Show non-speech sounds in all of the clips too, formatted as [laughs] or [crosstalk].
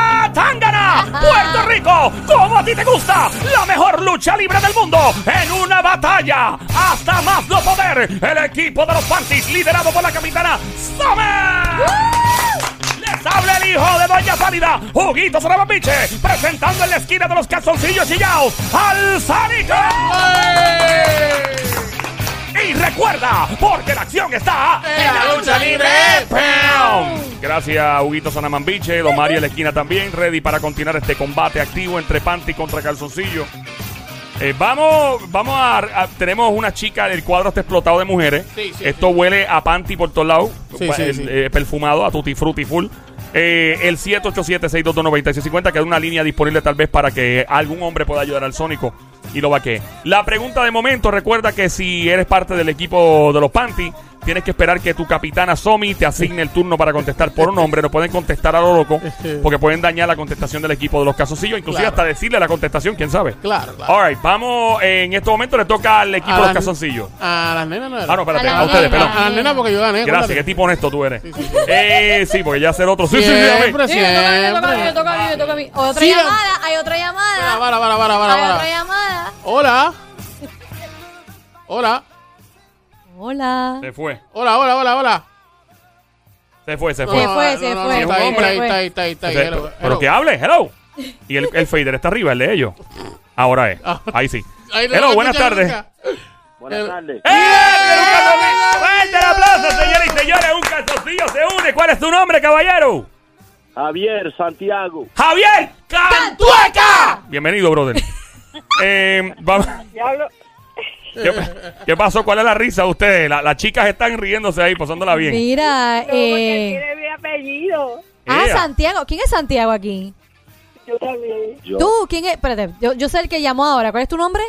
Batangana, Puerto Rico, como a ti te gusta, la mejor lucha libre del mundo, en una batalla, hasta más no poder, el equipo de los Panties, liderado por la capitana Summer. Les habla el hijo de Doña Sálida, Juguito Sarabapiche, presentando en la esquina de los calzoncillos chillaos al Sanico. Y recuerda, porque la acción está ¡En la lucha libre! ¡Pam! Gracias, Huguito Sanamambiche, Don Mario en la esquina también, ready para continuar este combate activo entre Panty contra Calzoncillo. Eh, vamos, vamos a, a- Tenemos una chica del cuadro está explotado de mujeres. Sí, sí, Esto huele a Panty por todos lados, Sí, pa- sí, el- sí. eh, perfumado, a Tutti Frutti Full. Eh, el 787-622-9650 queda una línea disponible tal vez para que algún hombre pueda ayudar al Sónico y lo vaquee. La pregunta de momento, recuerda que si eres parte del equipo de los Panty, tienes que esperar que tu capitana Somi te asigne el turno para contestar por un hombre. No pueden contestar a lo loco porque pueden dañar la contestación del equipo de los casoncillos, inclusive Claro. hasta decirle la contestación, quién sabe. Claro, claro. Alright, vamos. eh, en este momento le toca al equipo A de los las- casoncillos. A las nenas no era. Ah, no, espérate, A la a, ustedes, nena. perdón. A las nenas porque yo gané. Gracias, qué acuérdate. tipo honesto tú eres. Sí, sí, sí. Eh, sí, porque ya hacer otro. Sí, sí, sí, Siempre, dame. Sí, me toca a mí, me siempre. toca a mí, me toca a mí. Otra Sí, llamada, hay otra Vara, llamada. Ah, vara, vara, vara, vara, Hay otra vara. llamada. Hola. Hola. Hola. Se fue, Hola, hola, hola, hola. se fue, se No, fue. Se fue, no, se no, fue, Está se ahí, está fue. ahí, está ahí, está ahí, está ahí. Se- Hello, pero hello. que hable, hello. Y el, el fader está arriba, el de ellos. Ahora es. Ahí sí. Ah. Ahí no Hello, lo buenas escucha tardes. nunca. Buenas tardes. ¡Eh! ¡Fuerte el aplauso, señores y señores! Un calzoncillo se une. ¿Cuál es tu nombre, caballero? Javier Santiago. ¡Javier Cantueca! Bienvenido, [laughs] brother. Eh, vamos- ¿Qué, qué pasó? ¿Cuál es la risa de ustedes? La- las chicas están riéndose ahí, pasándola bien. Mira, eh. tiene mi apellido. Ah, Ea. Santiago. ¿Quién es Santiago aquí? Yo también. Yo, Tú, ¿quién es? Espérate, yo, yo sé el que llamó ahora. ¿Cuál es tu nombre?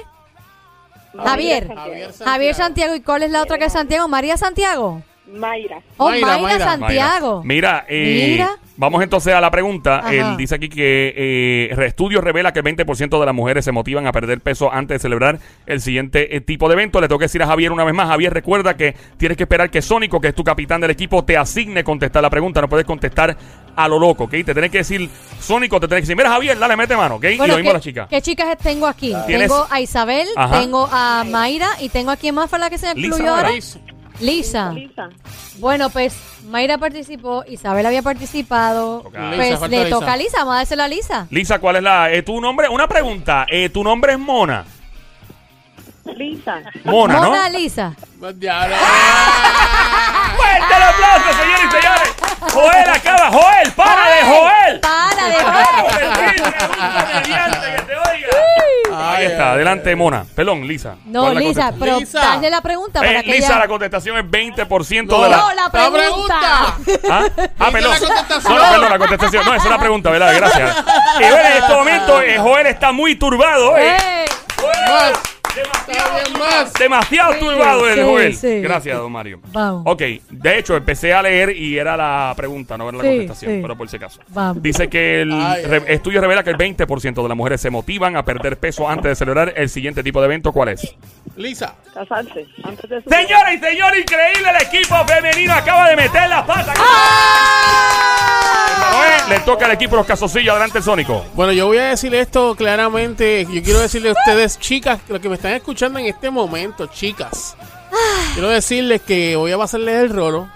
Javier. Javier Santiago. Javier Santiago. ¿Y cuál es la otra que es Santiago? María Santiago. Mayra. Oh, Mayra, Mayra, Mayra. Santiago. Mira, eh, Mira. vamos entonces a la pregunta. Ajá. Él dice aquí que eh, re- estudio revela que el 20% de las mujeres se motivan a perder peso antes de celebrar el siguiente eh, tipo de evento. Le tengo que decir a Javier una vez más. Javier, recuerda que tienes que esperar que Sónico, que es tu capitán del equipo, te asigne contestar la pregunta. No puedes contestar a lo loco, ¿ok? Te tienes que decir, Sónico, te tienes que decir, mira Javier, dale, mete mano, ¿ok? y Bueno, lo mismo ¿qué, la chica. ¿Qué chicas tengo aquí? Tienes- Tengo a Isabel, Ajá. tengo a Mayra y tengo a quién más fue la que se Lisa, incluyó ¿no era? ahora. Luis. Lisa. Lisa. Bueno, pues Mayra participó, Isabel había participado. Toca. Pues Lisa, falta le Lisa. toca a Lisa, vamos a dárselo a Lisa. Lisa, ¿cuál es la... eh, tu nombre? Una pregunta. Eh, ¿Tu nombre es Mona? Lisa. Mona, ¿no? Mona Lisa. Pues, [laughs] Diablo. ¡Fuerte el aplauso, señores y señores! ¡Joel acaba! ¡Joel, para de Joel! Para de ¡Joel, sí, me gusta, comediante, que te oiga! Ahí está, adelante, Mona. Perdón, Lisa. No, ¿Cuál es la Lisa, contestación? pero Lisa. dale la pregunta para Eh, que Lisa, ella- la contestación es 20% No, de la... No, la La pregunta. [laughs] ¿Ah? ah, perdón. la contestación. No, no, perdón, la contestación. No, esa es la pregunta, ¿verdad? Gracias. [laughs] Y bueno, en este momento, eh, Joel está muy turbado. eh. Eh, Joel, Más. demasiado Está bien, más. Demasiado Sí, turbado el sí, Joel. sí. Gracias, don Mario. Vamos. Ok, de hecho, empecé a leer y era la pregunta, no era la Sí, contestación, sí. pero por si acaso. Vamos. Dice que el Ay, re- ay, ay. estudio revela que el 20% de las mujeres se motivan a perder peso antes de celebrar el siguiente tipo de evento. ¿Cuál es? Lisa. Casarse. Antes de su Señora y señor, increíble, el equipo femenino acaba de meter la pata. ¡Ah! Manuel, eh, Le toca al equipo los casoncillos. Adelante, el Sónico. Bueno, yo voy a decir esto claramente. Yo quiero decirle a ustedes, chicas, lo que me están escuchando en este momento, chicas. Quiero decirles que voy a pasarles el rolo.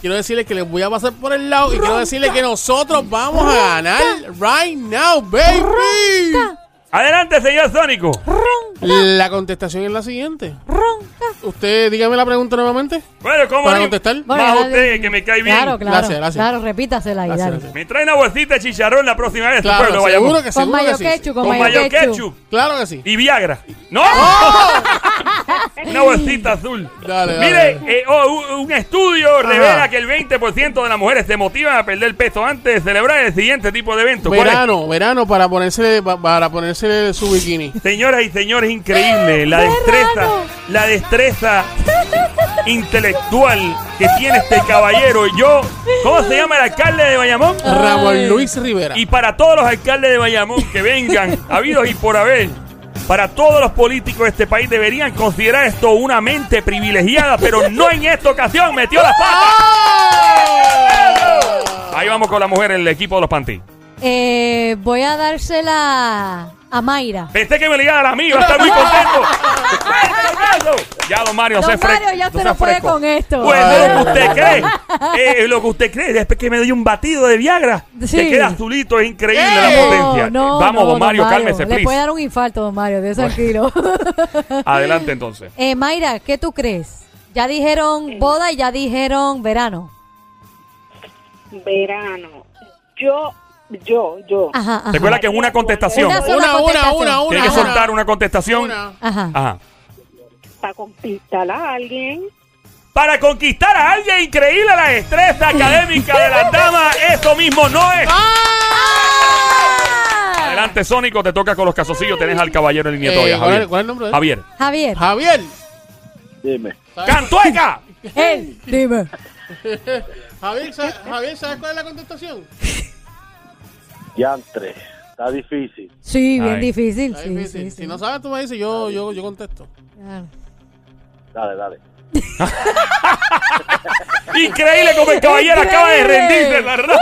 Quiero decirles que les voy a pasar por el lado. Y quiero decirles que nosotros vamos a ganar right now, baby. Adelante, señor Sónico. La contestación es la siguiente. ronca. Usted dígame la pregunta nuevamente. Bueno, ¿cómo ¿Para no? contestar? Bueno, Más dale. usted, que me cae bien. Claro, claro. Gracias, gracias. Claro, repítasela ahí, Gracias, dale. gracias. Me trae una bolsita de chicharrón la próxima vez. Claro, pueblo, Bayamón. seguro que Con seguro que mayo sí. ketchup, con Con mayo mayo ketchup. ketchup Claro que sí. y Viagra. ¡No! [laughs] Una bolsita azul. Dale, dale, Mire, eh, oh, un un estudio Ajá. revela que el 20% de las mujeres se motivan a perder peso antes de celebrar el siguiente tipo de evento. ¿Cuál es? Verano, verano para ponerse pa- para ponerse su bikini. Señoras y señores, increíble la Verano. destreza, la destreza intelectual que tiene este caballero. Yo, ¿cómo se llama el alcalde de Bayamón? Ramón Luis Rivera. Y para todos los alcaldes de Bayamón que vengan, habidos y por haber, para todos los políticos de este país deberían considerar esto una mente privilegiada, pero no en esta ocasión metió las patas. Ahí vamos con la mujer, el equipo de los panty. [laughs] Eh, voy a dársela a Mayra. Pensé que me le iba a la mía, está muy contento. ¡Fuerte el aplauso! ya, don Mario, Don se fre- Mario, ya usted se no puede fresco. con esto. Pues Ay, lo que ay, usted ay. cree, eh, lo que usted cree, después que me doy un batido de Viagra, se Sí. queda azulito, es increíble ¡Eh! la potencia. Vamos, don Mario, cálmese, Le puede please. dar un infarto, don Mario, de tranquilo. [laughs] Adelante entonces. eh, Mayra, ¿qué tú crees? Ya dijeron boda y ya dijeron verano. Verano. Yo, yo, yo. Ajá, ajá. Recuerda que es una contestación. Una sola Una, una, contestación. una, una. Tiene que Ajá. soltar una contestación. Una. Ajá. Ajá. Para conquistar a alguien. Para conquistar a alguien increíble la destreza académica de [laughs] la dama, eso mismo no es. Ah. Ah. Adelante, Sónico, te toca con los casosillos. Tenés al caballero en línea Eh, todavía, ¿cuál Javier. es- cuál es el nombre de él? Javier. Javier. Javier. Dime. ¡Cantueca! Él. eh, Dime. Javier, ¿sabes, Javier, ¿sabes cuál es la contestación? Yantre. Está difícil. Sí, bien Ay. difícil. Está sí, difícil. sí, Si sí. no sabes, tú me dices, yo, yo, yo contesto. Claro. Dale, dale. Increíble como el [laughs] caballero acaba de Increíble. rendirse, la verdad.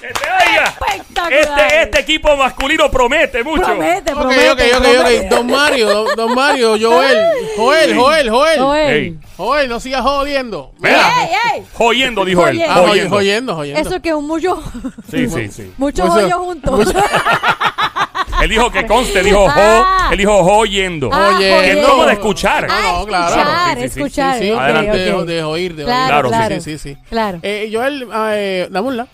Que te oiga. Espectacular. Este, este equipo masculino promete mucho. Promete, Ok, promete. ok, ok, ok. Don Mario, don, don Mario, Joel. Joel, Joel, Joel. Joel. Ey. Joel, no sigas jodiendo. Mira, Ey, ey. joyendo, dijo él. Joyendo. Ah, joy- Joyendo. joyendo, joyendo. Eso que es un mucho, [laughs] Sí, sí, sí. muchos Mucho- hoyos juntos. Ah. Él dijo que conste, dijo jo, Ah. él dijo joyendo. Ah, Oye, Que es joyendo. como de escuchar. Ah, No, claro. Sí, escuchar, sí, sí. escuchar. Sí, sí, ok, adelante, ok. de- de oír, de Claro, oír. claro. Claro, sí, sí, sí. Claro. Eh, Joel, ah, eh, dame un la.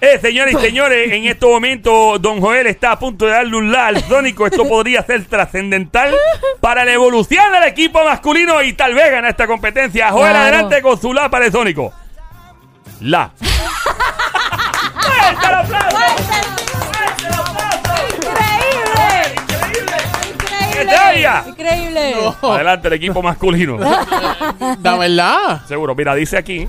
Eh, señores y señores, en este momento Don Joel está a punto de darle un la al Sónico. Esto podría ser trascendental para la evolución del equipo masculino y tal vez gana esta competencia. Joel, Claro. adelante con su la para el Sónico. La. ¡Fuerte el aplauso! ¡Fuerte el aplauso! ¡Increíble! ¡Increíble! ¡Que te ¡Increíble! oiga! ¡Increíble! Adelante el equipo masculino. Oh, Dame el la. Seguro, mira, dice aquí.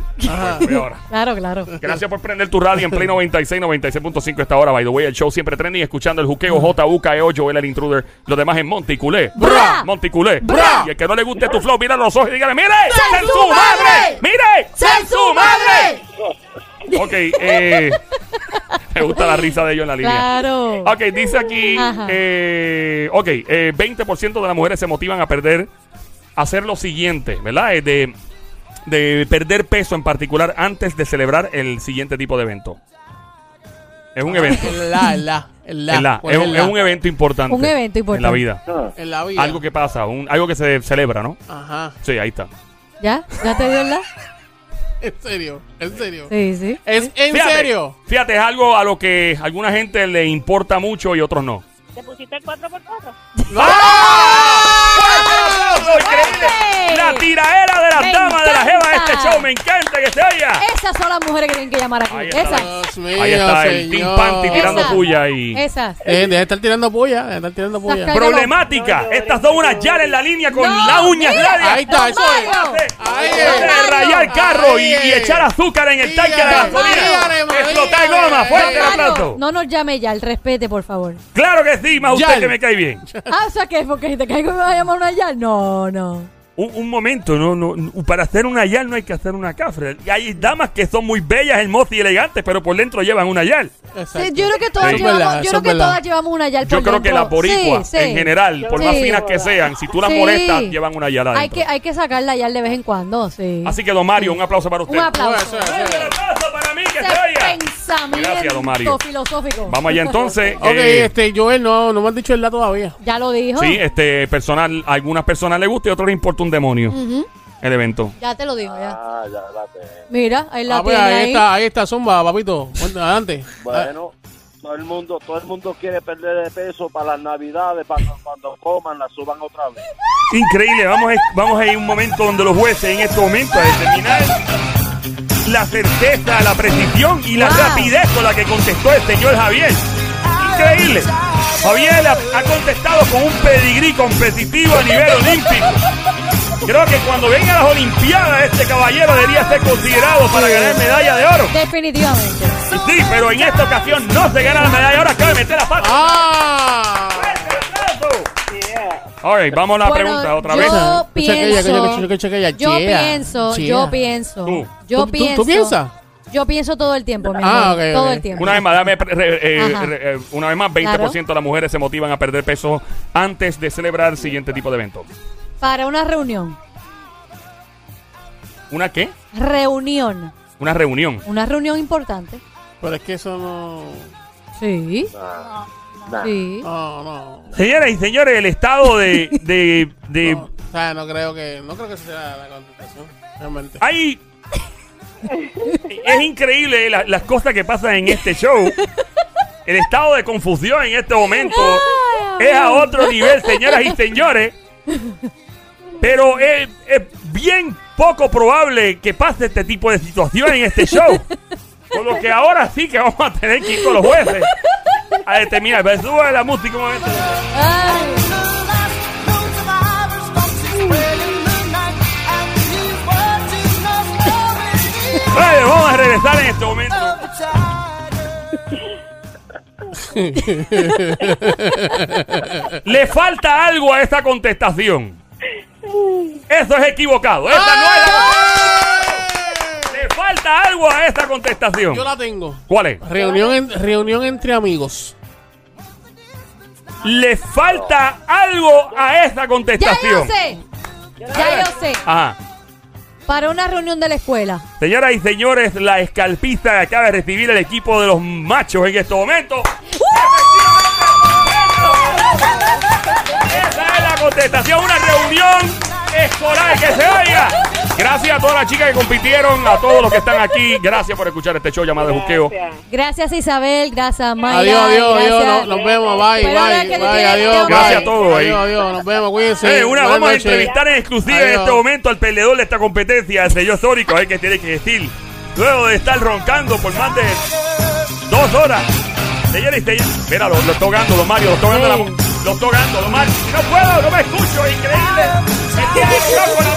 Voy ahora. Claro, claro. Gracias por prender tu radio en Play 96, 96.5 esta hora. By the way, el show siempre trending. Escuchando el juqueo J.U.K.E.O. Joel el Intruder. Los demás en Monticulé. Bra. Monticulé. Bra. Y el que no le guste tu flow, mira los ojos y dígale, ¡Mire! ¡Ser su su madre! madre! ¡Mire! ¡Ser su madre! [laughs] Ok, eh... Me gusta la risa de ellos en la línea. Claro. Ok, dice aquí... Ajá. eh, ok, eh, 20% de las mujeres se motivan a perder... a Hacer lo siguiente, ¿verdad? Eh, De, de perder peso en particular antes de celebrar el siguiente tipo de evento. Es un evento. El la, el la. El Ah. [laughs] Es la- la. Pon es, el un- la. es un evento importante. Un evento En la importante. vida. Ah, En la vida. Algo que pasa, un- algo que se celebra, ¿no? Ajá. Sí, ahí está. ¿Ya? ¿Ya te dio la? En serio, en serio. Sí, sí. Es en Fíjate, serio. Fíjate, es algo a lo que a alguna gente le importa mucho y otros no. ¿Te pusiste el 4x4? ¡Aplauso! Increíble. ¡Ole! La tiraera de las Me damas de la jeva de este encanta. show. Me encanta que se oiga. Esas son las mujeres que tienen que llamar aquí. Ahí está. Esas. Dios mío, Ahí está el Team señor. Panty tirando Esa. puya y... Esas. Eh, deja de estar tirando puya, deja de estar tirando puya. Saca- Problemática. No, no, Estas no, dos unas no. ya en la línea con No, la uña mira. larga. Ahí está, eso es. Mario. Ay, Ahí es. de rayar carro y, y echar azúcar en el tanque de Dígale, gasolina. dígale, María. Explotar goma. Fuerte el Mario, aplauso. no nos llame ya, el respete, por favor. Claro que sí, más usted Yal. que me cae bien. Ah, o sea que porque si te caigo me vas a llamar una ya. No, no. Un, un momento, no, no, no, para hacer una yal no hay que hacer una cafre. Hay damas que son muy bellas, hermosas y elegantes, pero por dentro llevan una yal. Exacto. Sí, yo creo que todas Sí. llevamos, Verdad, yo eso creo es que verdad. todas llevamos una ya al Yo por creo que dentro. las boricuas, Sí, sí. en general, por Sí. más finas que sean, si tú las Sí. molestas, llevan una yal Hay adentro. que, hay que sacarla ya de vez en cuando, sí. Así que, don Mario, un aplauso para usted. Un aplauso. Eso es, eso ¡Fuerte es. el aplauso para mí, que se Ese oiga! pensamiento Gracias, don Mario. filosófico. Vamos allá entonces. Ok, eh, este, Joel, no, no me has dicho el la todavía. [laughs] Ya lo dijo. Sí, este personal, a algunas personas le gusta y a otras les importa un demonio Ujú. el evento. Ya te lo dijo, ya. ah, ya la tengo. Mira, ahí la Ah, pues, tiene ahí ahí. está, ahí está, Zumba, papito. Bueno, Adelante. Bueno, todo el mundo, todo el mundo quiere perder de peso para las navidades, para cuando- cuando coman, la suban otra vez. Increíble, vamos a, vamos a ir a un momento donde los jueces en este momento a determinar la certeza, la precisión y la Wow. rapidez con la que contestó el señor Javier. Increíble. Javier ha, ha contestado con un pedigrí competitivo a nivel olímpico. Creo que cuando vengan las Olimpiadas este caballero debería ser considerado para ganar medalla de oro. Definitivamente. Y sí, pero en esta ocasión no se gana la medalla de oro, acaba de meter la pata. ¡Ah! All right, vamos a la Bueno, pregunta otra yo vez. Escucha aquella, pienso, escucha aquella, escucha aquella, yo yeah, pienso, yeah. yo pienso, Tú. yo ¿Tú- tú- pienso, ¿Tú piensas? Yo pienso todo el tiempo, mi amor. Ah, ok, todo ok. el tiempo. Una vez más, dame, pre- re- eh, Ajá. re- eh, una vez más, 20% de las mujeres se motivan a perder peso antes de celebrar el siguiente tipo de evento. Para una reunión. ¿Una qué? Reunión. Una reunión. Una reunión importante. Pero es que eso no. Sí. Ah, Nah, nah. Sí. No, no. Señoras y señores, el estado de... de, de- [laughs] no. O sea, no creo que. No creo que esa sea la contestación. Realmente. Hay... es increíble eh, la- las cosas que pasan en este show. El estado de confusión en este momento es a otro nivel, señoras y señores. Pero es, es bien poco probable que pase este tipo de situación en este show. Por lo que ahora sí que vamos a tener que ir con los jueces a determinar. Pero sube la música un momento. Ay. Vale, vamos a regresar en este momento. Le falta algo a esta contestación. Eso es equivocado. Esta no es la- Le falta algo a esta contestación. Yo la tengo. ¿Cuál es? Reunión, en- reunión entre amigos. Le falta algo a esta Ya contestación. yo sé. Ya yo sé. Ajá. Para una reunión de la escuela. Señoras y señores, la escalpista que acaba de recibir el equipo de los machos en este momento. Esa es la contestación, una reunión escolar que se oiga. Gracias a todas las chicas que compitieron, a todos los que están aquí. Gracias por escuchar este show llamado Juqueo. Gracias. Gracias Isabel, gracias Mayra. Adiós, adiós, gracias. adiós. no- nos vemos. Bye, Pero ahora bye. que Bye, le tiene- adiós. Gracias bye. a todos ahí. Adiós, adiós. Nos vemos. Cuídense. Eh, una, Buenas vamos a noches. entrevistar en exclusiva en Adiós. este momento al peleador de esta competencia, el señor Sórico, eh, que tiene que decir, luego de estar roncando por más de dos horas. Señores, y señores, mira, lo, lo estoy ahogando, lo Mario, lo estoy ahogando, Sí. la mu- lo estoy ahogando, lo Mario. No puedo, no me escucho, increíble. Me tiene loco la